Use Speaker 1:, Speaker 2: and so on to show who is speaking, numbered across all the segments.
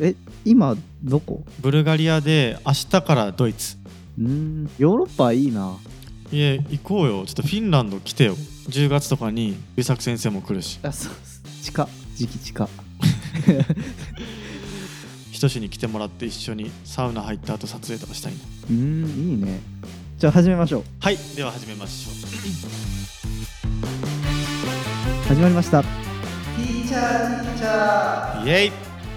Speaker 1: え今どこ
Speaker 2: ブルガリアで明日からドイツ
Speaker 1: うーんヨーロッパいいない
Speaker 2: え行こうよちょっとフィンランド来てよ10月とかに優作先生も来るし
Speaker 1: あそう近時期近
Speaker 2: ひとしに来てもらって一緒にサウナ入った後撮影とかしたいな
Speaker 1: うーんいいねじゃあ始めましょう
Speaker 2: はいでは始めましょう
Speaker 1: 始まりました
Speaker 2: イエイ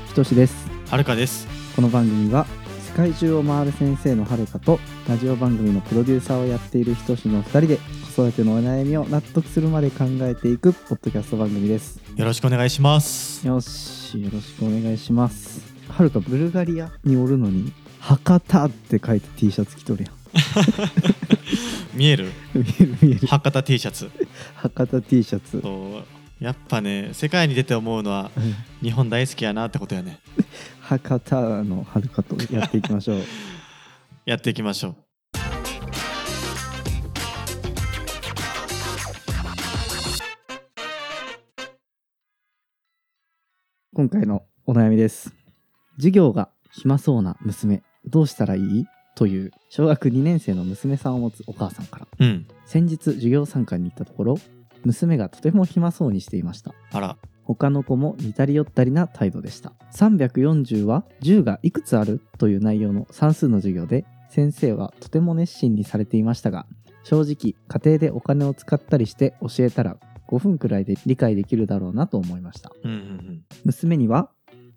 Speaker 1: ひとしです
Speaker 2: はるかです
Speaker 1: この番組は世界中を回る先生のはるかとラジオ番組のプロデューサーをやっているひとしの2人で子育てのお悩みを納得するまで考えていくポッドキャスト番組です
Speaker 2: よろしくお願いします
Speaker 1: よしよろしくお願いしますはるかブルガリアにおるのに「博多」って書いて T シャツ着とるやん
Speaker 2: 見える
Speaker 1: 見える見える
Speaker 2: 博多 T シャツ
Speaker 1: 博多 T シャ ツ
Speaker 2: そうやっぱね世界に出て思うのは
Speaker 1: うん
Speaker 2: 日本大好きやなってことやね
Speaker 1: 博多のはるかとやっていきましょう
Speaker 2: やっていきましょう
Speaker 1: 今回のお悩みです授業が暇そうな娘どうしたらいいという小学2年生の娘さんを持つお母さんから
Speaker 2: うん
Speaker 1: 先日授業参観に行ったところ娘がとても暇そうにしていました
Speaker 2: あら
Speaker 1: 他の子も似たり寄ったりな態度でした340は10がいくつあるという内容の算数の授業で先生はとても熱心にされていましたが正直家庭でお金を使ったりして教えたら5分くらいで理解できるだろうなと思いました
Speaker 2: うんうんうん
Speaker 1: 娘には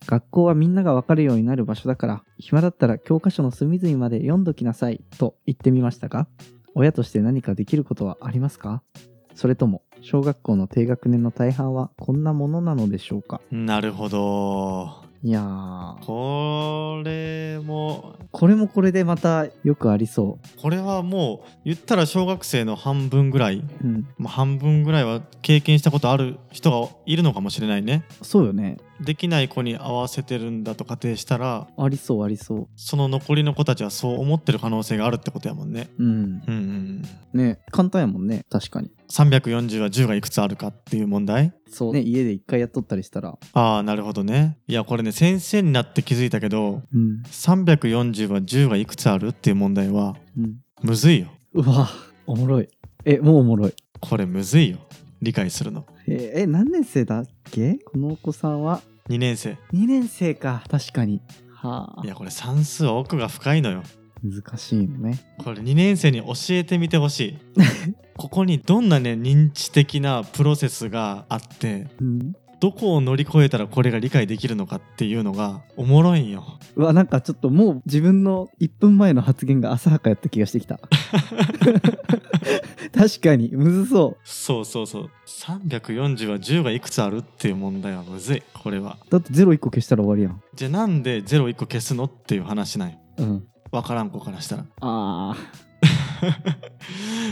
Speaker 1: 学校はみんながわかるようになる場所だから暇だったら教科書の隅々まで読んどきなさいと言ってみましたが親として何かできることはありますかそれとも小学校の低学年の大半はこんなものなのでしょうか
Speaker 2: なるほど
Speaker 1: いやー
Speaker 2: これも
Speaker 1: これもこれでまたよくありそ
Speaker 2: これはもう言ったら小学生の半分ぐらい、
Speaker 1: ううん
Speaker 2: まあ、半分ぐらいは経験したことある人がいるのかもしれないね
Speaker 1: そうよね
Speaker 2: できない子に合わせてるんだと仮定したら
Speaker 1: ありそうありそ
Speaker 2: その残りの子たちはそう思ってる可能性があるってことやもんね
Speaker 1: ううん
Speaker 2: うんうんうん
Speaker 1: ね簡単やもんね確かに
Speaker 2: 340は10がいくつあるかっていう問題
Speaker 1: そうね家で一回やっとったりしたら
Speaker 2: ああなるほどねいやこれね先生になって気づいたけど
Speaker 1: うん
Speaker 2: 340は10がいくつあるっていう問題は
Speaker 1: うん
Speaker 2: むずいよ
Speaker 1: うわおもろいえもうおもろい
Speaker 2: これむずいよ理解するの
Speaker 1: えーえ何年生だっけこのお子さんは
Speaker 2: 2年生
Speaker 1: 2年生か確かにはあ
Speaker 2: いやこれ算数は奥が深いのよ
Speaker 1: 難しいのね
Speaker 2: これ2年生に教えてみてほ しいここにどんなね認知的なプロセスがあって
Speaker 1: うん
Speaker 2: どこを乗り越えたらこれが理解できるのかっていうのがおもろいんよ
Speaker 1: うわなんかちょっともう自分の1分前の発言が浅はかやった気がしてき た確かにむずそ
Speaker 2: そうそうそう340は10がいくつあるっていう問題はむずいこれは
Speaker 1: うだってゼロ1個消したら終わりやん
Speaker 2: じゃあなんで01個消すのっていう話ない
Speaker 1: うん
Speaker 2: わからん子からしたら
Speaker 1: あ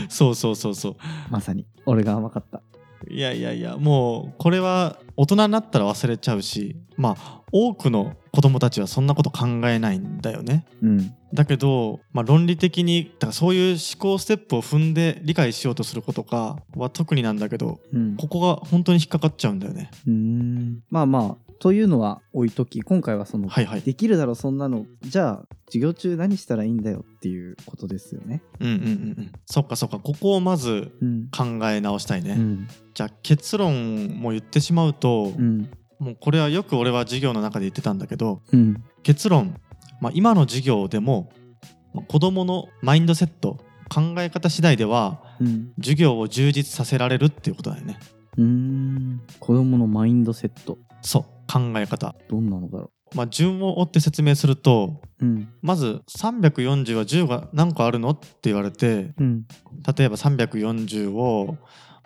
Speaker 2: そうそうそうそう
Speaker 1: あまさに俺が甘かった
Speaker 2: いやいやいやもうこれは大人になったら忘れちゃうしまあ多くの子供たちはそんなこと考えないんだよね。
Speaker 1: うん
Speaker 2: だけど、まあ、論理的にだからそういう思考ステップを踏んで理解しようとすることかは特になんだけど
Speaker 1: うん
Speaker 2: ここが本当に引っかかっちゃうんだよね。
Speaker 1: うーんまあまあというのは置いとき今回はその、
Speaker 2: はいはい。
Speaker 1: できるだろうそんなのじゃあ授業中何したらいいんだよっていうことですよね
Speaker 2: うんうんうんうん。そっかそっかここをまず
Speaker 1: うん
Speaker 2: 考え直したいね。
Speaker 1: うん
Speaker 2: じゃあ結論も言ってしまうと、
Speaker 1: うん
Speaker 2: もうこれはよく俺は授業の中で言ってたんだけど
Speaker 1: うん
Speaker 2: 結論、まあ、今の授業でもまあ子どものマインドセット考え方次第では
Speaker 1: うん
Speaker 2: 授業を充実させられるっていうことだよね
Speaker 1: うーん子供のマインドセット
Speaker 2: そう考え方、
Speaker 1: どんなのだろ
Speaker 2: まあ、順を追って説明すると
Speaker 1: ううん
Speaker 2: まず340は10が何個あるのって言われて
Speaker 1: うん
Speaker 2: 例えば340を、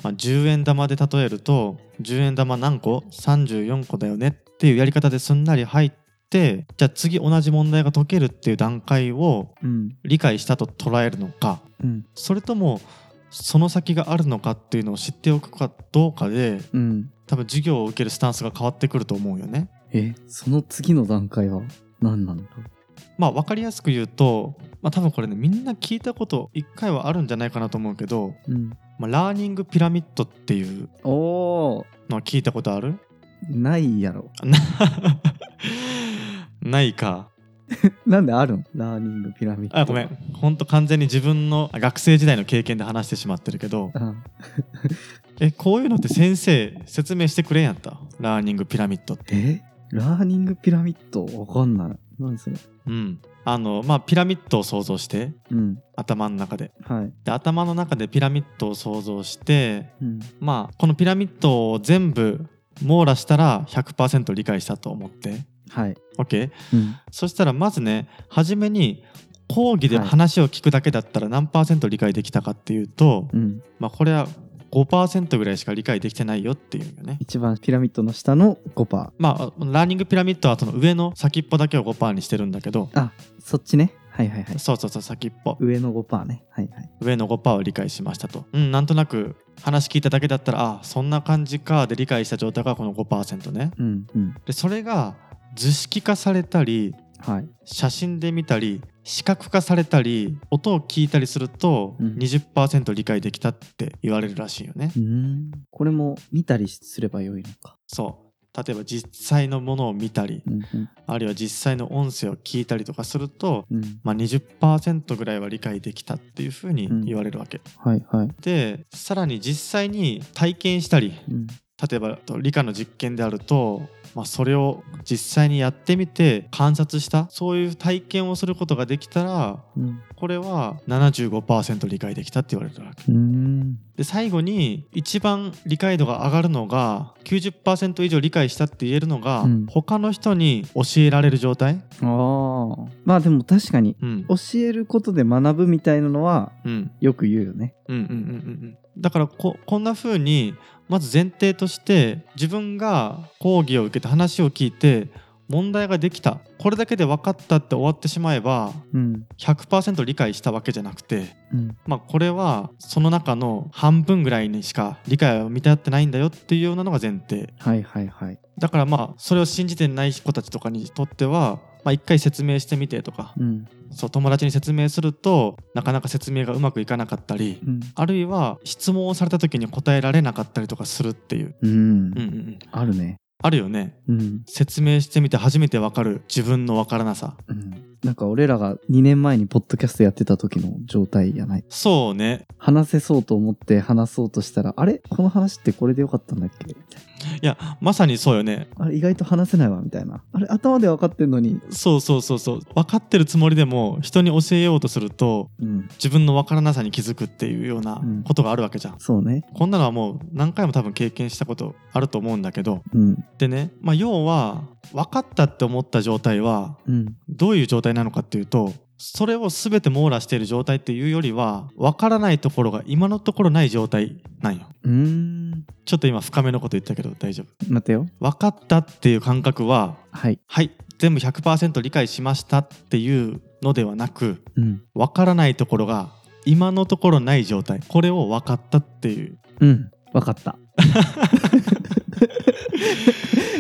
Speaker 2: まあ、10円玉で例えると10円玉何個 ?34 個だよねっていうやり方ですんなり入ってじゃあ次同じ問題が解けるっていう段階を
Speaker 1: うん
Speaker 2: 理解したと捉えるのか
Speaker 1: うん
Speaker 2: それともその先があるのかっていうのを知っておくかどうかで
Speaker 1: うん
Speaker 2: 多分授業を受けるスタンスが変わってくると思うよね。
Speaker 1: えその次の段階は何なんだろ
Speaker 2: まあ分かりやすく言うと、まあ、多分これねみんな聞いたこと1回はあるんじゃないかなと思うけど、
Speaker 1: ううん
Speaker 2: まあ、ラーニングピラミッドっていう
Speaker 1: おー
Speaker 2: のは聞いたことある
Speaker 1: ないやろ
Speaker 2: なうないか
Speaker 1: なんであるのラーニングピラミッド
Speaker 2: あごめんほんと完全に自分のあ学生時代の経験で話してしまってるけど
Speaker 1: あ
Speaker 2: えこういうのって先生説明してくれんやったラーニングピラミッドって
Speaker 1: えラーニングピラミッドわかんない何それ
Speaker 2: うんあのまあピラミッドを想像して
Speaker 1: うん
Speaker 2: 頭の中で
Speaker 1: はい
Speaker 2: で頭の中でピラミッドを想像して
Speaker 1: うん
Speaker 2: まあこのピラミッドを全部網羅したら100%理解したと思って
Speaker 1: はい
Speaker 2: OK
Speaker 1: うん
Speaker 2: そしたらまずね初めに講義で
Speaker 1: はい
Speaker 2: 話を聞くだけだったら何パーセント理解できたかっていうと、
Speaker 1: うん
Speaker 2: まあこれは5%ぐらいしか理解できてないよっていうよね。
Speaker 1: 一番ピラミッドの下の5%
Speaker 2: まあラーニングピラミッドはその上の先っぽだけを5%にしてるんだけど、
Speaker 1: あそっちねはいはいはい
Speaker 2: そうそうそう先っぽ
Speaker 1: 上の5%ねはいはい
Speaker 2: 上の5%を理解しましたと。うんなんとなく話聞いただけだったらあそんな感じかで理解した状態がこの5%ね。
Speaker 1: うんうん
Speaker 2: でそれが図式化されたり
Speaker 1: はい
Speaker 2: 写真で見たり視覚化されたり音を聞いたりすると
Speaker 1: うん
Speaker 2: 20%理解できたって言われるらしいよね。
Speaker 1: うーんこれも見たりすればよいのか
Speaker 2: そう例えば実際のものを見たり
Speaker 1: うん
Speaker 2: あるいは実際の音声を聞いたりとかすると、
Speaker 1: うんうん
Speaker 2: まあ、20%ぐらいは理解できたっていうふうに
Speaker 1: うん
Speaker 2: 言われるわけ、
Speaker 1: はいはい
Speaker 2: でさらに実際に体験したり
Speaker 1: うん
Speaker 2: 例えばと理科の実験であると、まあ、それを実際にやってみて観察したそういう体験をすることができたら
Speaker 1: うん
Speaker 2: これは75%理解できたって言われるわけ
Speaker 1: うーん
Speaker 2: で最後に一番理解度が上がるのが90%以上理解したって言えるのが、
Speaker 1: うん
Speaker 2: 他の人に教えられる状態
Speaker 1: ああまあでも確かに
Speaker 2: うん
Speaker 1: 教えることで学ぶみたいなのは
Speaker 2: うん
Speaker 1: よく言うよね
Speaker 2: うんうんうんうんうんだからここんな風にまず前提として自分が講義を受けて話を聞いて問題ができたこれだけで分かったって終わってしまえば
Speaker 1: うん
Speaker 2: 100%理解したわけじゃなくて、
Speaker 1: うん
Speaker 2: まあ、これはその中の半分ぐらいにしか理解を満たってないんだよっていうようなのが前提
Speaker 1: はいはいはい
Speaker 2: だからまあそれを信じてない子たちとかにとってはまあ、一回説明してみてとか
Speaker 1: うん
Speaker 2: そう友達に説明するとなかなか説明がうまくいかなかったり
Speaker 1: うん
Speaker 2: あるいは質問をされた時に答えられなかったりとかするっていう。
Speaker 1: うん
Speaker 2: うんうんうん、
Speaker 1: あるね
Speaker 2: あるよね。
Speaker 1: うん、
Speaker 2: 説明してみて初めてわかる自分のわからなさ。
Speaker 1: うん、なんか俺らが2年前にポッドキャストやってた時の状態やない
Speaker 2: そうね。
Speaker 1: 話せそうと思って話そうとしたらあれこの話ってこれでよかったんだっけみたい
Speaker 2: いや、まさにそうよね。
Speaker 1: なあれ意外と話せないわみたいなあれ頭で分かってんのに
Speaker 2: そうそうそうそう。分かってるつもりでも人に教えようとすると
Speaker 1: うん
Speaker 2: 自分のわからなさに気づくっていうような
Speaker 1: うん
Speaker 2: ことがあるわけじゃん。
Speaker 1: そうね
Speaker 2: こんなのはもう何回も多分経験したことあると思うんだけど。
Speaker 1: うん
Speaker 2: でね、まあ要は分かったって思った状態は
Speaker 1: うん
Speaker 2: どういう状態なのかっていうとそれを全て網羅している状態っていうよりは分からないところが今のところない状態なんよ
Speaker 1: うーん
Speaker 2: ちょっと今深めのこと言ったけど大丈夫
Speaker 1: 待てよ
Speaker 2: 分かったっていう感覚は
Speaker 1: はい
Speaker 2: はい全部100%理解しましたっていうのではなく
Speaker 1: うん
Speaker 2: 分からないところが今のところない状態これを分かったっていう
Speaker 1: うん分かった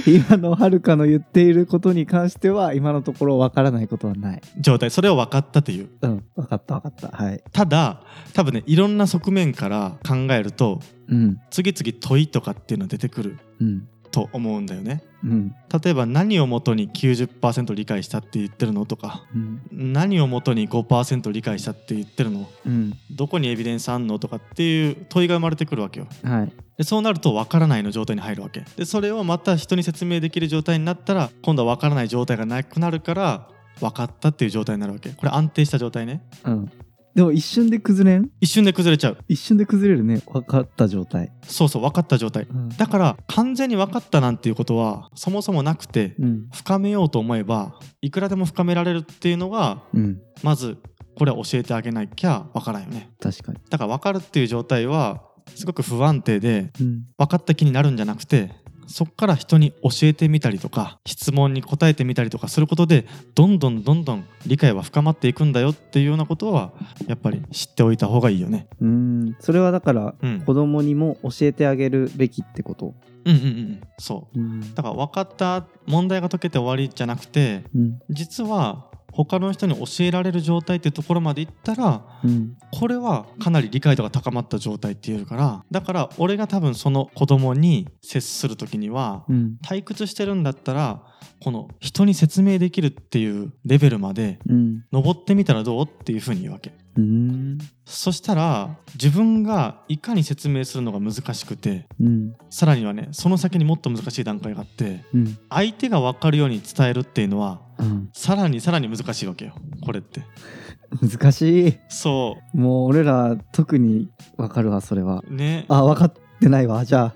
Speaker 1: 今のはるかの言っていることに関しては今のところ分からないことはない
Speaker 2: 状態それを分かったっていう
Speaker 1: うん分かった分かったはい
Speaker 2: ただ多分ねいろんな側面から考えると
Speaker 1: うん
Speaker 2: 次々問いとかっていうの出てくる
Speaker 1: うん
Speaker 2: と思うんだよね
Speaker 1: うん
Speaker 2: 例えば何をもとに90%理解したって言ってるのとか
Speaker 1: うん
Speaker 2: 何をもとに5%理解したって言ってるの
Speaker 1: うん
Speaker 2: どこにエビデンスあんのとかっていう問いが生まれてくるわけよ
Speaker 1: はい
Speaker 2: でそうなると分からないの状態に入るわけでそれをまた人に説明できる状態になったら今度は分からない状態がなくなるから分かったっていう状態になるわけこれ安定した状態ね
Speaker 1: うんでも一瞬で崩れん
Speaker 2: 一瞬で崩れちゃう
Speaker 1: 一瞬で崩れるね分かった状態
Speaker 2: そうそう分かった状態
Speaker 1: うん
Speaker 2: だから完全に分かったなんていうことはそもそもなくて
Speaker 1: うん
Speaker 2: 深めようと思えばいくらでも深められるっていうのが
Speaker 1: うん
Speaker 2: まずこれは教えてあげなきゃわからんよね
Speaker 1: 確かに
Speaker 2: だから分かるっていう状態はすごく不安定で
Speaker 1: うん
Speaker 2: 分かった気になるんじゃなくてそこから人に教えてみたりとか質問に答えてみたりとかすることでどんどんどんどん理解は深まっていくんだよっていうようなことはやっぱり知っておいた方がいいよね。
Speaker 1: うんそれはだから
Speaker 2: うん、うん
Speaker 1: 子供にも教えてあげるべきってこと
Speaker 2: うんうんうんそう
Speaker 1: うん
Speaker 2: だから分かった問題が解けて終わりじゃなくて
Speaker 1: うん
Speaker 2: 実は他の人に教えられる状態っていうところまでいったら
Speaker 1: うん
Speaker 2: これはかなり理解度が高まった状態っていうからだから俺が多分その子供に接する時には
Speaker 1: うん
Speaker 2: 退屈してるんだったらこの人に説明できるっていうレベルまで
Speaker 1: うん
Speaker 2: 登ってみたらどうっていうふうに言うわけ
Speaker 1: うん
Speaker 2: そしたら自分がいかに説明するのが難しくて
Speaker 1: うん
Speaker 2: さらにはねその先にもっと難しい段階があって
Speaker 1: うん
Speaker 2: 相手が分かるように伝えるっていうのは
Speaker 1: うん
Speaker 2: さらにさらに難しいわけよこれって
Speaker 1: 難しい
Speaker 2: そ
Speaker 1: もう俺ら特にわかるわそれは
Speaker 2: うね
Speaker 1: あ分かってないわじゃあ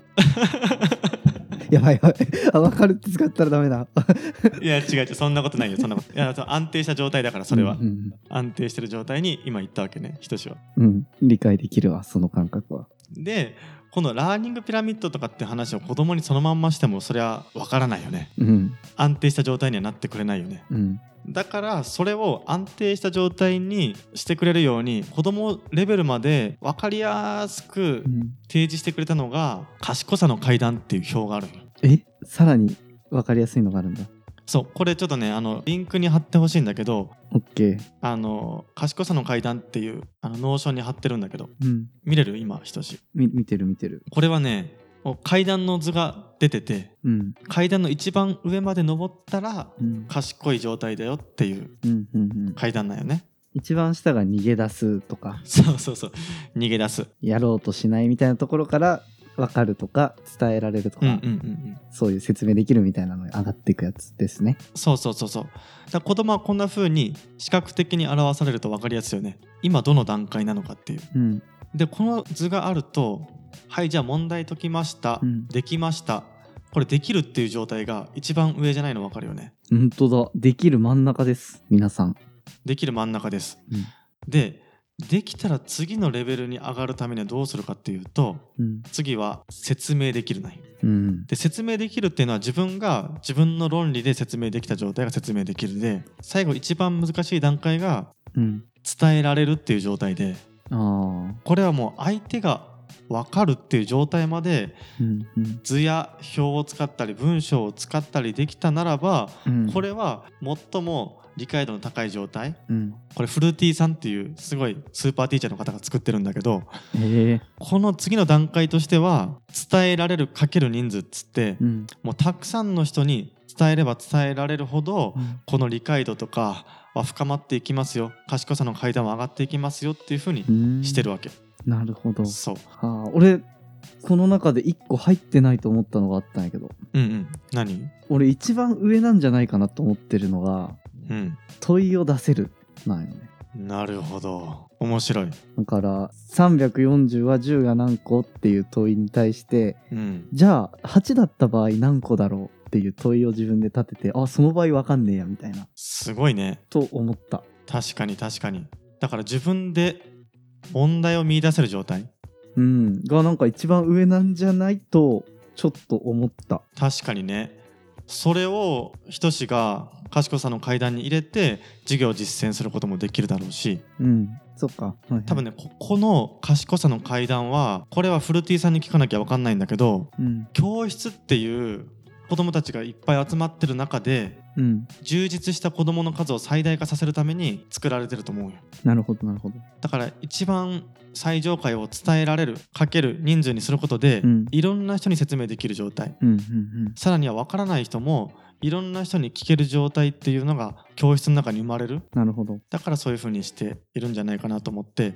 Speaker 1: やばいやばいあ分かるって使ったらダメだ
Speaker 2: いや違う違うそんなことないよそんなこといやそう安定した状態だからそれは、
Speaker 1: うん
Speaker 2: 安定してる状態に今言ったわけねひとしは
Speaker 1: うん、うん理解できるわその感覚は
Speaker 2: でこのラーニングピラミッドとかって話を子供にそのまんましてもそれはわからないよね
Speaker 1: うん
Speaker 2: 安定した状態にはなってくれないよね
Speaker 1: うん
Speaker 2: だからそれを安定した状態にしてくれるように子供レベルまで分かりやすく
Speaker 1: うん
Speaker 2: 提示してくれたのが賢さの階段っていう表があるんよ
Speaker 1: えさらに分かりやすいのがあるんだ
Speaker 2: そうこれちょっとねあのリンクに貼ってほしいんだけど
Speaker 1: OK
Speaker 2: あの賢さの階段っていうあのノーションに貼ってるんだけど
Speaker 1: うん
Speaker 2: 見れる今ひとし
Speaker 1: み見てる見てる
Speaker 2: これはねもう階段の図が出てて
Speaker 1: うん
Speaker 2: 階段の一番上まで登ったら
Speaker 1: うん
Speaker 2: 賢い状態だよっていう
Speaker 1: うんうんうん
Speaker 2: 階段なんよね
Speaker 1: 一番下が逃げ出すとか
Speaker 2: そうそうそう逃げ出す
Speaker 1: やろうとしないみたいなところから分かるとか伝えられると
Speaker 2: う
Speaker 1: か、
Speaker 2: んうんうんうん
Speaker 1: そういう説明できるみたいなのに上がっていくやつですね。
Speaker 2: そうそうそうそうだから子供はこんな風に視覚的に表されると分かりやすいよね今どの段階なのかっていう
Speaker 1: うん
Speaker 2: でこの図があるとはいじゃあ問題解きました、
Speaker 1: うん
Speaker 2: できましたこれできるっていう状態が一番上じゃないの分かるよね
Speaker 1: 本当だできる真ん中です皆さん。
Speaker 2: できる真ん中です、
Speaker 1: うん
Speaker 2: でできたら次のレベルに上がるためにはどうするかっていうと
Speaker 1: うん
Speaker 2: 次は説明できるない
Speaker 1: うん
Speaker 2: で説明できるっていうのは自分が自分の論理で説明できた状態が説明できるで最後一番難しい段階が
Speaker 1: うん、
Speaker 2: 伝えられるっていう状態で
Speaker 1: あ
Speaker 2: これはもう相手が分かるっていう状態まで
Speaker 1: あ、うんうん
Speaker 2: 図や表を使ったり文章を使ったりできたならば
Speaker 1: うん、
Speaker 2: これは最も理解度の高い状態
Speaker 1: うん、
Speaker 2: これフルーティーさんっていうすごいスーパーティーチャーの方が作ってるんだけど
Speaker 1: へえ
Speaker 2: この次の段階としては伝えられるかける人数っつって
Speaker 1: うん
Speaker 2: もうたくさんの人に伝えれば伝えられるほどこの理解度とかは深まっていきますよ賢さの階段は上がっていきますよっていうふうに
Speaker 1: うん
Speaker 2: してるわけ、
Speaker 1: なるほど。
Speaker 2: そう
Speaker 1: はあ俺この中で一個入ってないと思ったのがあったんやけど
Speaker 2: うんうん何
Speaker 1: 俺一番上なんじゃないかなと思ってるのが
Speaker 2: うん
Speaker 1: 問いを出せるなんよね。
Speaker 2: なるほど面白い
Speaker 1: だから340は10が何個っていう問いに対して
Speaker 2: うん
Speaker 1: じゃあ8だった場合何個だろうっていう問いを自分で立ててあその場合わかんねえやみたいな
Speaker 2: すごいね
Speaker 1: と思った
Speaker 2: 確かに確かにだから自分で問題を見出せる状態
Speaker 1: うんがなんか一番上なんじゃないとちょっと思った
Speaker 2: 確かにねそれをひとしが賢さの階段に入れて授業を実践することもできるだろうし
Speaker 1: うんそっか、はいはい
Speaker 2: 多分ねここの賢さの階段はこれはフルティさんに聞かなきゃ分かんないんだけど
Speaker 1: うん
Speaker 2: 教室っていう子供たちがいっぱい集まってる中で
Speaker 1: うん
Speaker 2: 充実した子供の数を最大化させるために作られてると思うよ
Speaker 1: なるほどなるほど
Speaker 2: だから一番最上階を伝えられるかける人数にすることで、
Speaker 1: うん
Speaker 2: いろんな人に説明できる状態
Speaker 1: うんうん
Speaker 2: さらには分からない人もいろんな人に聞ける状態っていうのが教室の中に生まれる
Speaker 1: うんなるほど
Speaker 2: だからそういう風にしているんじゃないかなと思って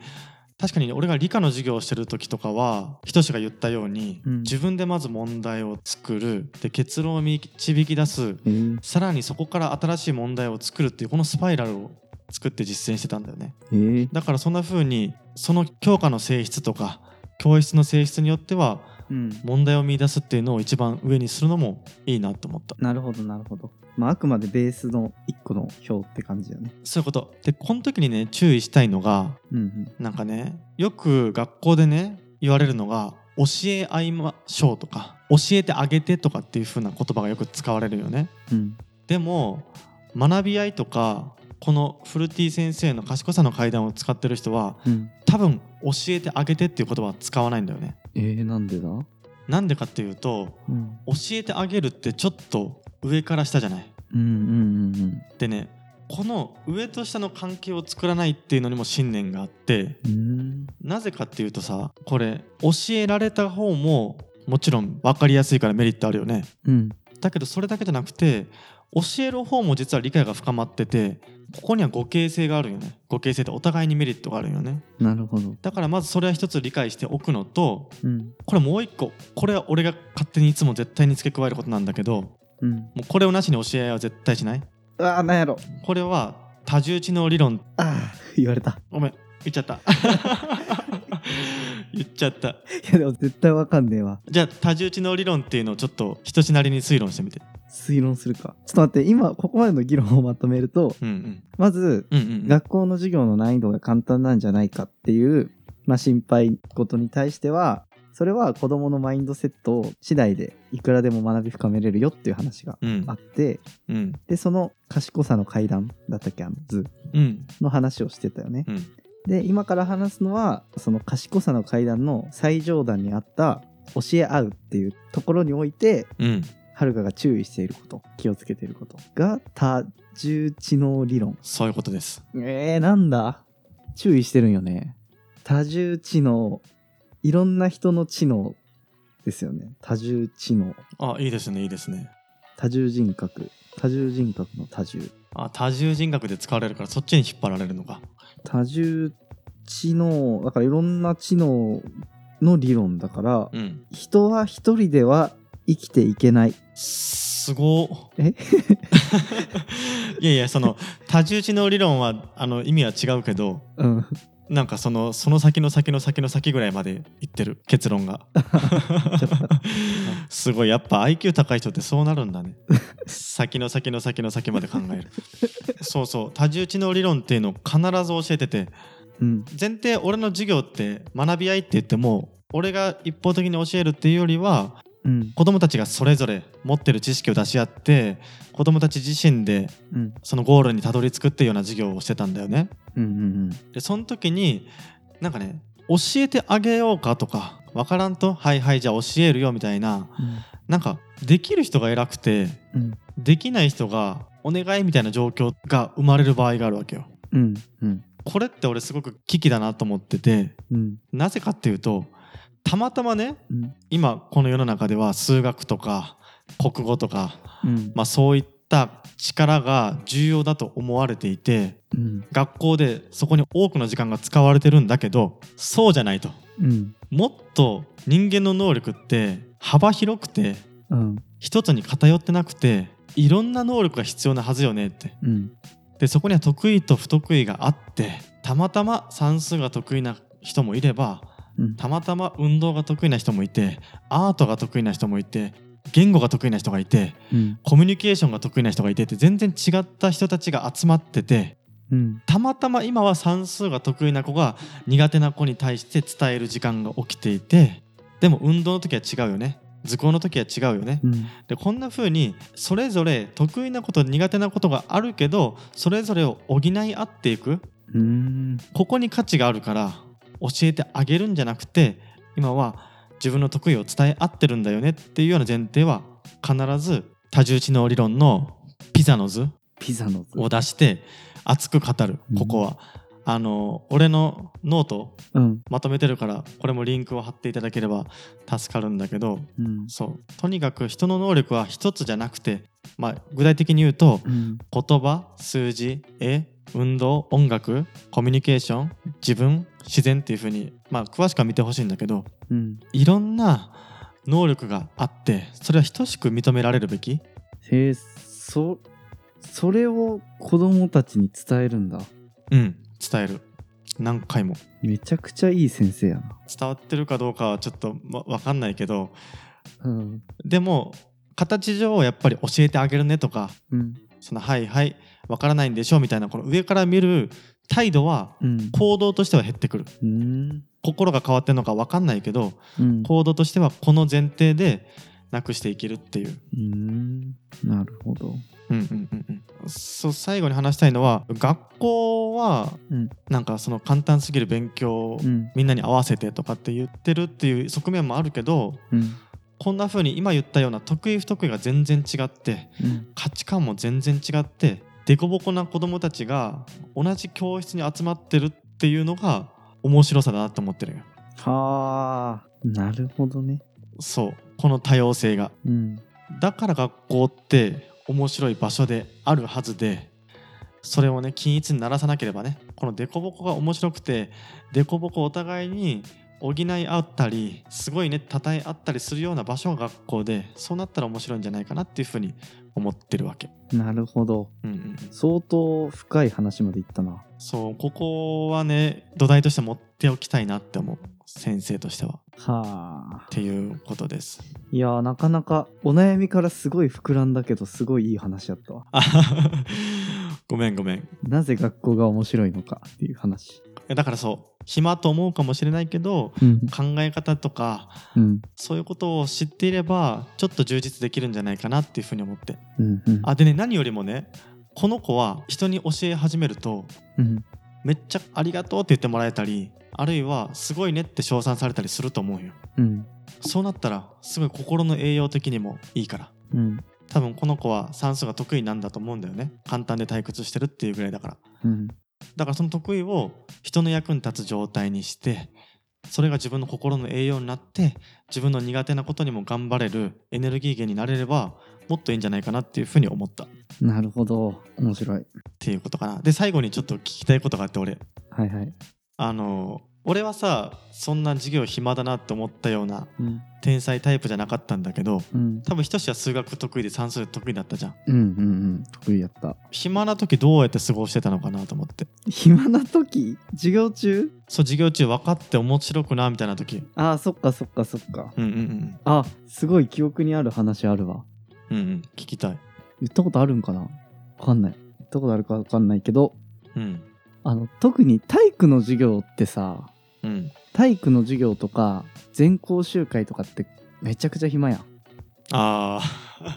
Speaker 2: 確かに俺が理科の授業をしてる時とかはひとしが言ったように、
Speaker 1: うん
Speaker 2: 自分でまず問題を作るで結論を導き出す
Speaker 1: へえ
Speaker 2: さらにそこから新しい問題を作るっていうこのスパイラルを作って実践してたんだよね
Speaker 1: へえ
Speaker 2: だからそんな風にその教科の性質とか教室の性質によっては
Speaker 1: うん
Speaker 2: 問題を見出すっていうのを一番上にするのもいいなと思った
Speaker 1: なるほどなるほどまああくまでベースの一個の表って感じよね
Speaker 2: そういうことでこの時にね注意したいのが
Speaker 1: うん
Speaker 2: なんかねよく学校でね言われるのが教え合いましょうとか教えてあげてとかっていう風な言葉がよく使われるよね
Speaker 1: うんうん
Speaker 2: でも学び合いとかこのフルティ先生の賢さの階段を使ってる人は
Speaker 1: うん
Speaker 2: 多分教えてあげてっていう言葉は使わないんだよね
Speaker 1: えー、なんでだ
Speaker 2: なんでかっていうと
Speaker 1: うん
Speaker 2: 教えてあげるってちょっと上から下じゃない
Speaker 1: うんうんうん
Speaker 2: でねこの上と下の関係を作らないっていうのにも信念があって
Speaker 1: うーん
Speaker 2: なぜかっていうとさこれ教えられた方ももちろん分かりやすいからメリットあるよね
Speaker 1: うん
Speaker 2: だけどそれだけじゃなくて教える方も実は理解が深まっててここには互恵性があるよね互恵性ってお互いにメリットがあるよね
Speaker 1: なるほど
Speaker 2: だからまずそれは一つ理解しておくのと
Speaker 1: うん
Speaker 2: これもう一個これは俺が勝手にいつも絶対に付け加えることなんだけど
Speaker 1: うん
Speaker 2: もうこれをなしに教え合いは絶対しない
Speaker 1: ああなんやろ
Speaker 2: これは多重知能理論
Speaker 1: ああ言われた
Speaker 2: ごめん言っちゃった 言っちゃった
Speaker 1: いやでも絶対わかんねえわ
Speaker 2: じゃあ多重知能理論っていうのをちょっと人しなりに推論してみて
Speaker 1: 推論するかちょっと待って今ここまでの議論をまとめると
Speaker 2: うん
Speaker 1: まず
Speaker 2: うんうんうん
Speaker 1: 学校の授業の難易度が簡単なんじゃないかっていう、まあ、心配事に対してはそれは子どものマインドセットを次第でいくらでも学び深めれるよっていう話が
Speaker 2: うん
Speaker 1: あって
Speaker 2: うん
Speaker 1: でその賢さの階段だったっけあの図
Speaker 2: うん
Speaker 1: の話をしてたよね
Speaker 2: うん
Speaker 1: で今から話すのはその賢さの階段の最上段にあった教え合うっていうところにおいて
Speaker 2: うん
Speaker 1: はるかが注意していること気をつけていることが多重知能理論
Speaker 2: そういうことです
Speaker 1: えー、なんだ注意してるんよね。多重知能。いろんな人の知能ですよね。多重知能。
Speaker 2: あいいですねいいですね
Speaker 1: 多重人格。多重人格の多重。
Speaker 2: あ多重人格で使われるからそっちに引っ張られるのか
Speaker 1: 多重知能。だからいろんな知能の理論だから、
Speaker 2: うん
Speaker 1: 人は一人では生きていけない。
Speaker 2: すご
Speaker 1: え
Speaker 2: いやいやその多重知能理論はあの意味は違うけど
Speaker 1: うん。
Speaker 2: なんかそのその先の先の先の先ぐらいまで行ってる結論がすごいやっぱ IQ 高い人ってそうなるんだね先の先の先の先まで考えるそうそう多重知能理論っていうのを必ず教えてて
Speaker 1: うん。
Speaker 2: 前提俺の授業って学び合いって言っても俺が一方的に教えるっていうよりは
Speaker 1: うん。
Speaker 2: 子どもたちがそれぞれ持ってる知識を出し合って子どもたち自身で
Speaker 1: うん。
Speaker 2: そのゴールにたどり着くっていうような授業をしてたんだよね。
Speaker 1: うん。うん。
Speaker 2: でその時になんかね教えてあげようかとかわからんとはいはいじゃあ教えるよみたいな
Speaker 1: うん。
Speaker 2: なんかできる人が偉くて
Speaker 1: うん。
Speaker 2: できない人がお願いみたいな状況が生まれる場合があるわけよ。
Speaker 1: うん。うん。
Speaker 2: これって俺すごく危機だなと思ってて
Speaker 1: うん。
Speaker 2: なぜかっていうとたまたまね
Speaker 1: うん。
Speaker 2: 今この世の中では数学とか国語とか、
Speaker 1: うん。
Speaker 2: まあ、そういった力が重要だと思われていて
Speaker 1: うん。
Speaker 2: 学校でそこに多くの時間が使われてるんだけどそうじゃないと
Speaker 1: うん。
Speaker 2: もっと人間の能力って幅広くて
Speaker 1: うん。
Speaker 2: 一つに偏ってなくていろんな能力が必要なはずよねって
Speaker 1: うん。
Speaker 2: でそこには得意と不得意があってたまたま算数が得意な人もいれば
Speaker 1: うん。
Speaker 2: たまたま運動が得意な人もいてアートが得意な人もいて言語が得意な人がいて
Speaker 1: うん。
Speaker 2: コミュニケーションが得意な人がいてって全然違った人たちが集まってて
Speaker 1: うん。
Speaker 2: たまたま今は算数が得意な子が苦手な子に対して伝える時間が起きていてでも運動の時は違うよね図工の時は違うよね
Speaker 1: うん。
Speaker 2: でこんな風にそれぞれ得意なこと苦手なことがあるけどそれぞれを補い合っていく
Speaker 1: うーん。
Speaker 2: ここに価値があるから教えてあげるんじゃなくて今は自分の得意を伝え合ってるんだよねっていうような前提は必ず多重知能理論のピザの図
Speaker 1: ピザの図。
Speaker 2: を出して熱く語るここは、あの俺のノート
Speaker 1: うん。
Speaker 2: まとめてるからこれもリンクを貼っていただければ助かるんだけど
Speaker 1: うん。
Speaker 2: そうとにかく人の能力は一つじゃなくて、まあ、具体的に言うと
Speaker 1: うん。
Speaker 2: 言葉数字絵運動音楽コミュニケーション自分自然っていう風にまあ詳しくは見てほしいんだけど
Speaker 1: うん。
Speaker 2: いろんな能力があってそれは等しく認められるべき
Speaker 1: へえ、そ、それを子供たちに伝えるんだ。
Speaker 2: うん伝える何回も
Speaker 1: めちゃくちゃいい先生やな。
Speaker 2: 伝わってるかどうかはちょっとわわかんないけど
Speaker 1: うん。
Speaker 2: でも形上やっぱり教えてあげるねとか
Speaker 1: うん。
Speaker 2: そのはいはいわからないんでしょみたいなこの上から見る態度は
Speaker 1: うん。
Speaker 2: 行動としては減ってくる
Speaker 1: うん。
Speaker 2: 心が変わってるのかわかんないけど
Speaker 1: うん。
Speaker 2: 行動としてはこの前提でなくしていけるっていう。
Speaker 1: うん。なるほど。
Speaker 2: うんうんうんうん、そう最後に話したいのは学校は
Speaker 1: うん
Speaker 2: なんかその簡単すぎる勉強を
Speaker 1: うん。
Speaker 2: みんなに合わせてとかって言ってるっていう側面もあるけど
Speaker 1: うん。
Speaker 2: こんな風に今言ったような得意不得意が全然違って
Speaker 1: うん。
Speaker 2: 価値観も全然違って凸凹な子どもたちが同じ教室に集まってるっていうのが面白さだなと思ってるよ
Speaker 1: はあなるほどね
Speaker 2: そうこの多様性が
Speaker 1: うん
Speaker 2: だから学校って面白い場所であるはずでそれをね均一にならさなければねこの凸凹が面白くて凸凹をお互いに補い合ったりすごいね称え合ったりするような場所が学校でそうなったら面白いんじゃないかなっていうふうに思ってるわけ。
Speaker 1: なるほど
Speaker 2: うんうんうん、
Speaker 1: 相当深い話までいったな
Speaker 2: そうここはね土台として持っておきたいなって思う先生としてはっ
Speaker 1: はあ
Speaker 2: ていうことです。
Speaker 1: いやーなかなかお悩みからすごい膨らんだけどすごいいい話だったわ
Speaker 2: あごめんごめん
Speaker 1: なぜ学校が面白いのかっていう話
Speaker 2: えだからそう暇と思うかもしれないけど
Speaker 1: うん
Speaker 2: 考え方とか
Speaker 1: うん
Speaker 2: そういうことを知っていればちょっと充実できるんじゃないかなっていうふうに思って
Speaker 1: うんうん
Speaker 2: あでね何よりもねこの子は人に教え始めると
Speaker 1: うん
Speaker 2: めっちゃありがとうって言ってもらえたりあるいはすごいねって称賛されたりすると思うよ
Speaker 1: うん
Speaker 2: そうなったらすごい心の栄養的にもいいから
Speaker 1: うん
Speaker 2: 多分この子は算数が得意なんだと思うんだよね簡単で退屈してるっていうぐらいだから
Speaker 1: うん
Speaker 2: だからその得意を人の役に立つ状態にしてそれが自分の心の栄養になって自分の苦手なことにも頑張れるエネルギー源になれればもっといいんじゃないかなっていうふうに思ったっ
Speaker 1: なるほど面白い
Speaker 2: ていうことかなで最後にちょっと聞きたいことがあって俺
Speaker 1: はいはい
Speaker 2: あの俺はさそんな授業暇だなって思ったような
Speaker 1: うん
Speaker 2: 天才タイプじゃなかったんだけど
Speaker 1: うん
Speaker 2: 多分ひとしは数学得意で算数得意だったじゃん
Speaker 1: うんうんうん得意やった
Speaker 2: 暇な時どうやって過ごしてたのかなと思って
Speaker 1: 暇な時授業中
Speaker 2: そう授業中分かって面白くなみたいな時
Speaker 1: あーそっかそっかそっか
Speaker 2: うんうん
Speaker 1: あすごい記憶にある話あるわ
Speaker 2: うんうんうん聞きたい
Speaker 1: 言ったことあるんかなわかんない言ったことあるかわかんないけど
Speaker 2: うん
Speaker 1: あの特に体育の授業ってさ
Speaker 2: うん、
Speaker 1: 体育の授業とか全校集会とかってめちゃくちゃ暇やん
Speaker 2: ああ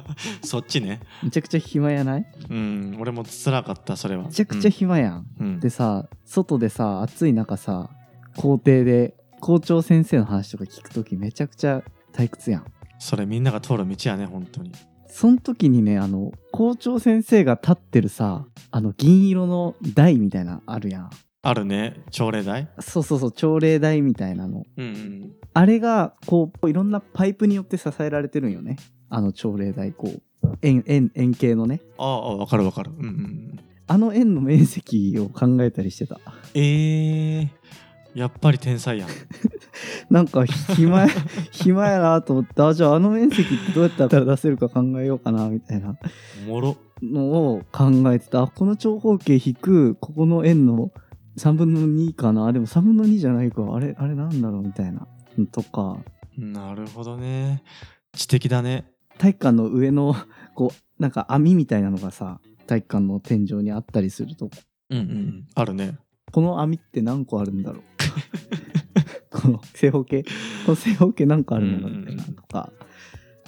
Speaker 2: そっちね
Speaker 1: めちゃくちゃ暇やない
Speaker 2: うん俺も辛かったそれは
Speaker 1: めちゃくちゃ暇やん、
Speaker 2: うん、うん
Speaker 1: でさ外でさ暑い中さ校庭で校長先生の話とか聞くときめちゃくちゃ退屈やん
Speaker 2: それみんなが通る道やね本当に
Speaker 1: その時にねあの校長先生が立ってるさあの銀色の台みたいなあるやん
Speaker 2: あるね朝礼台
Speaker 1: そうそうそう朝礼台みたいなの
Speaker 2: うんうん
Speaker 1: あれがこういろんなパイプによって支えられてるんよねあの朝礼台こう円円円形のね
Speaker 2: あーあーわかるわかるうんうんうん
Speaker 1: あの円の面積を考えたりしてた
Speaker 2: えー、やっぱり天才やん
Speaker 1: なんか 暇や暇やなと思ってあじゃああの面積ってどうやったら出せるか考えようかなみたいな
Speaker 2: おもろ
Speaker 1: のを考えてたあこの長方形引くここの円の3分の2かなでも3分の2じゃないかあれあれなんだろうみたいなのとか
Speaker 2: なるほどね知的だね
Speaker 1: 体育館の上のこうなんか網みたいなのがさ体育館の天井にあったりすると
Speaker 2: うんうんあるね
Speaker 1: この網って何個あるんだろうこの正方形この正方形何個あるんだろうみたいなとか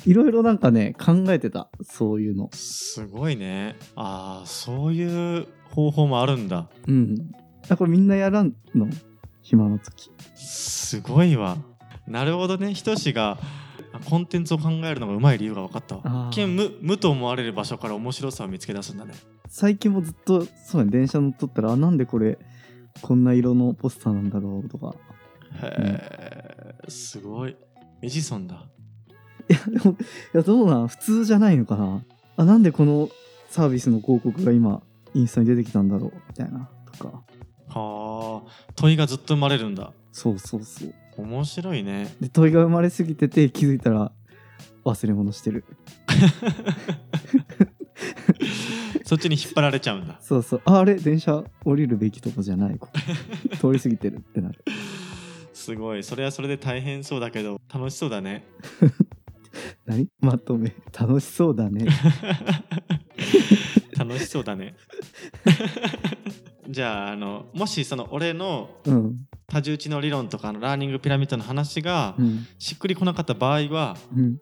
Speaker 1: いろいろなんかね考えてたそういうの
Speaker 2: すごいねああそういう方法もあるんだ
Speaker 1: うんあこれみんなやらんの暇の時
Speaker 2: すごいわなるほどねひとしがコンテンツを考えるのがうまい理由が分かった
Speaker 1: あ
Speaker 2: わ
Speaker 1: ー
Speaker 2: 一見無無と思われる場所から面白さを見つけ出すんだね
Speaker 1: 最近もずっとそうね電車乗っとったらあなんでこれこんな色のポスターなんだろうとか
Speaker 2: へえすごいエジソンだ
Speaker 1: いやでもいやどうなん普通じゃないのかなあなんでこのサービスの広告が今インスタに出てきたんだろうみたいなとか
Speaker 2: はあ問いがずっと生まれるんだ
Speaker 1: そうそうそう
Speaker 2: 面白いね
Speaker 1: で問いが生まれすぎてて気づいたら忘れ物してる
Speaker 2: そっちに引っ張られちゃうんだ
Speaker 1: そうそうああれ電車降りるべきとこじゃないここ通り過ぎてるってなる
Speaker 2: すごいそれはそれで大変そうだけど楽しそうだ ね
Speaker 1: 何まとめ楽しそうだね
Speaker 2: 楽しそうだね じゃああのもしその俺の
Speaker 1: うん
Speaker 2: 多重知能理論とかのラーニングピラミッドの話が
Speaker 1: うん
Speaker 2: しっくりこなかった場合は
Speaker 1: うん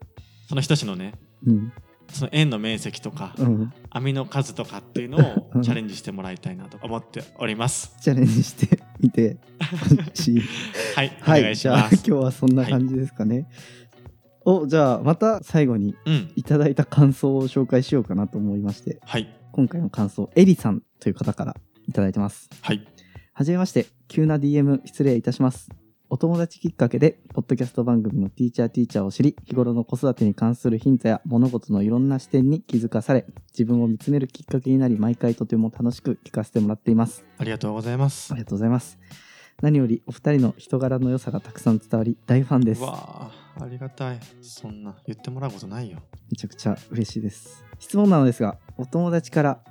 Speaker 2: その人志のね
Speaker 1: うん
Speaker 2: その円の面積とか
Speaker 1: うん
Speaker 2: 網の数とかっていうの
Speaker 1: う
Speaker 2: を
Speaker 1: ん
Speaker 2: チャレンジしてもらいたいなと思っております。
Speaker 1: チャレンジしてみてほしい
Speaker 2: はい、
Speaker 1: は
Speaker 2: お願
Speaker 1: い
Speaker 2: いし
Speaker 1: じゃあ
Speaker 2: ま
Speaker 1: 今
Speaker 2: す。
Speaker 1: 日はそんな感じですかね、おじゃあまた最後に
Speaker 2: うん、
Speaker 1: いただいた感想を紹介しようかなと思いまして
Speaker 2: はい、
Speaker 1: 今回の感想エリさんという方からいただいてます
Speaker 2: はい
Speaker 1: はじめまして、急な DM 失礼いたします。お友達きっかけで、ポッドキャスト番組のティーチャーティーチャーを知り、日頃の子育てに関するヒントや物事のいろんな視点に気づかされ、自分を見つめるきっかけになり、毎回とても楽しく聞かせてもらっています。
Speaker 2: ありがとうございます
Speaker 1: ありがとうございます。何よりお二人の人柄の良さがたくさん伝わり、大ファンです。
Speaker 2: う
Speaker 1: め
Speaker 2: わあありがたいそんな言ってもらうことないよ
Speaker 1: ちゃくちゃ嬉しいです。質問なのですが、お友達から、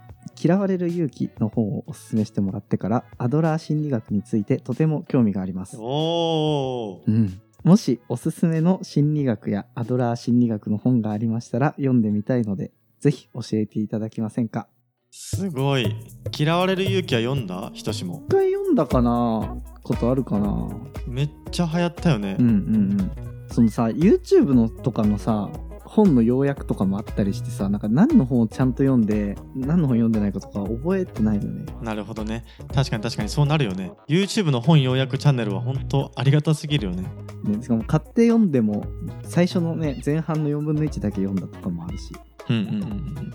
Speaker 1: 嫌われる勇気の本をおすすめしてもらってから、アドラー心理学についてとても興味があります。
Speaker 2: おお
Speaker 1: うん、もしおすすめの心理学やアドラー心理学の本がありましたら読んでみたいのでぜひ教えていただけませんか
Speaker 2: すごい嫌われる勇気は読んだひとしも
Speaker 1: 一回読んだかなことあるかな
Speaker 2: めっちゃ流行ったよね
Speaker 1: うんうんうんそのさ YouTube のとかのさ本の要約とかもあったりしてさなんか何の本をちゃんと読んで何の本読んでないかとか覚えてないよね
Speaker 2: なるほどね確かに確かにそうなるよね YouTube の本要約チャンネルは本当ありがたすぎるよね
Speaker 1: ねしかも買って読んでも最初のね前半の4分の1だけ読んだとかもあるし
Speaker 2: うんうんうんうん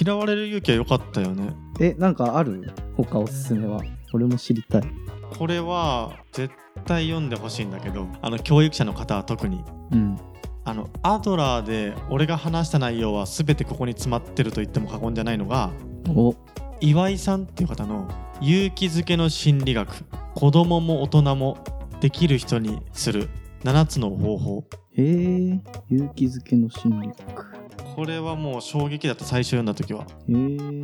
Speaker 2: 嫌われる勇気は良かったよね
Speaker 1: えなんかある他おすすめは俺も知りたい
Speaker 2: これは絶対読んでほしいんだけどあの教育者の方は特に
Speaker 1: うん
Speaker 2: あのアドラーで俺が話した内容は全てここに詰まってると言っても過言じゃないのが
Speaker 1: お
Speaker 2: 岩井さんっていう方の「勇気づけの心理学子供も大人もできる人にする7つの方法」
Speaker 1: へえ勇気づけの心理学。
Speaker 2: これはもう衝撃だった最初読んだ時は、
Speaker 1: へえ
Speaker 2: うん、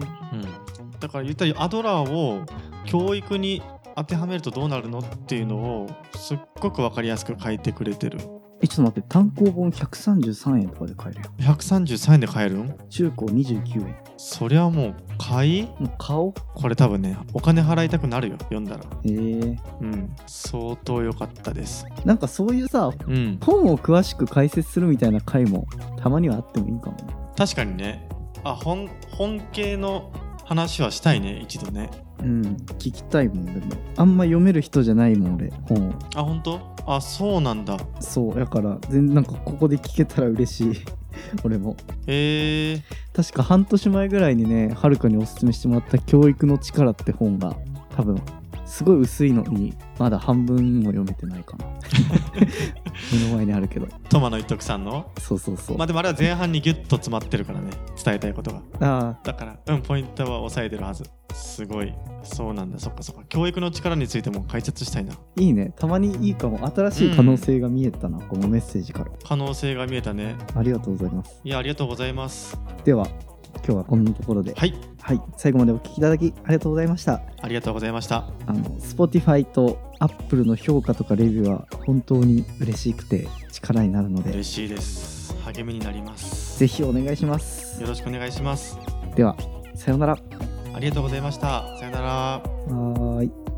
Speaker 2: だから言ったりアドラーを教育に当てはめるとどうなるのっていうのをすっごく分かりやすく書いてくれてる
Speaker 1: え、ちょっと待って、単行本133円とかで買えるよ。
Speaker 2: 133円で買えるん
Speaker 1: 中古29円。
Speaker 2: そりゃもう買い
Speaker 1: もう買おう。
Speaker 2: これ多分ねお金払いたくなるよ読んだら
Speaker 1: へえ
Speaker 2: うん相当良かったです
Speaker 1: なんかそういうさ、
Speaker 2: うん
Speaker 1: 本を詳しく解説するみたいな回もたまにはあってもいいかもね。
Speaker 2: 確かにねあ本本系の話はしたいね一度ね
Speaker 1: うん、聞きたいもん、でも。あんま読める人じゃないもん、俺、本を。
Speaker 2: あ本当あそうなんだ
Speaker 1: そう、だから、全なんかここで聞けたら嬉しい。 俺も。
Speaker 2: えー、
Speaker 1: 確か半年前ぐらいにねはるかにおすすめしてもらった「教育の力」って本が多分すごい薄いのにまだ半分も読めてないか な目の前にあるけど
Speaker 2: トマの一徳さんの
Speaker 1: そうそうそう、
Speaker 2: まあでもあれは前半にギュッと詰まってるからね伝えたいことが
Speaker 1: あ
Speaker 2: だからうんポイントは押さえてるはずすごいそうなんだそっかそっか教育の力についても解説したいな
Speaker 1: ーいいねたまにいいかも新しい可能性が見えたな、このメッセージから
Speaker 2: 可能性が見えたね
Speaker 1: ありがとうございます
Speaker 2: いやありがとうございます
Speaker 1: では今日はこんなところで、
Speaker 2: はい
Speaker 1: はい、最後までお聞きいただきありがとうございました
Speaker 2: ありがとうございました
Speaker 1: あの Spotify と Apple の評価とかレビューは本当に嬉しくて力になるので
Speaker 2: 嬉しいです励みになります
Speaker 1: ぜひお願いします
Speaker 2: よろしくお願いします
Speaker 1: ではさようなら
Speaker 2: ありがとうございましたさよなら
Speaker 1: はーい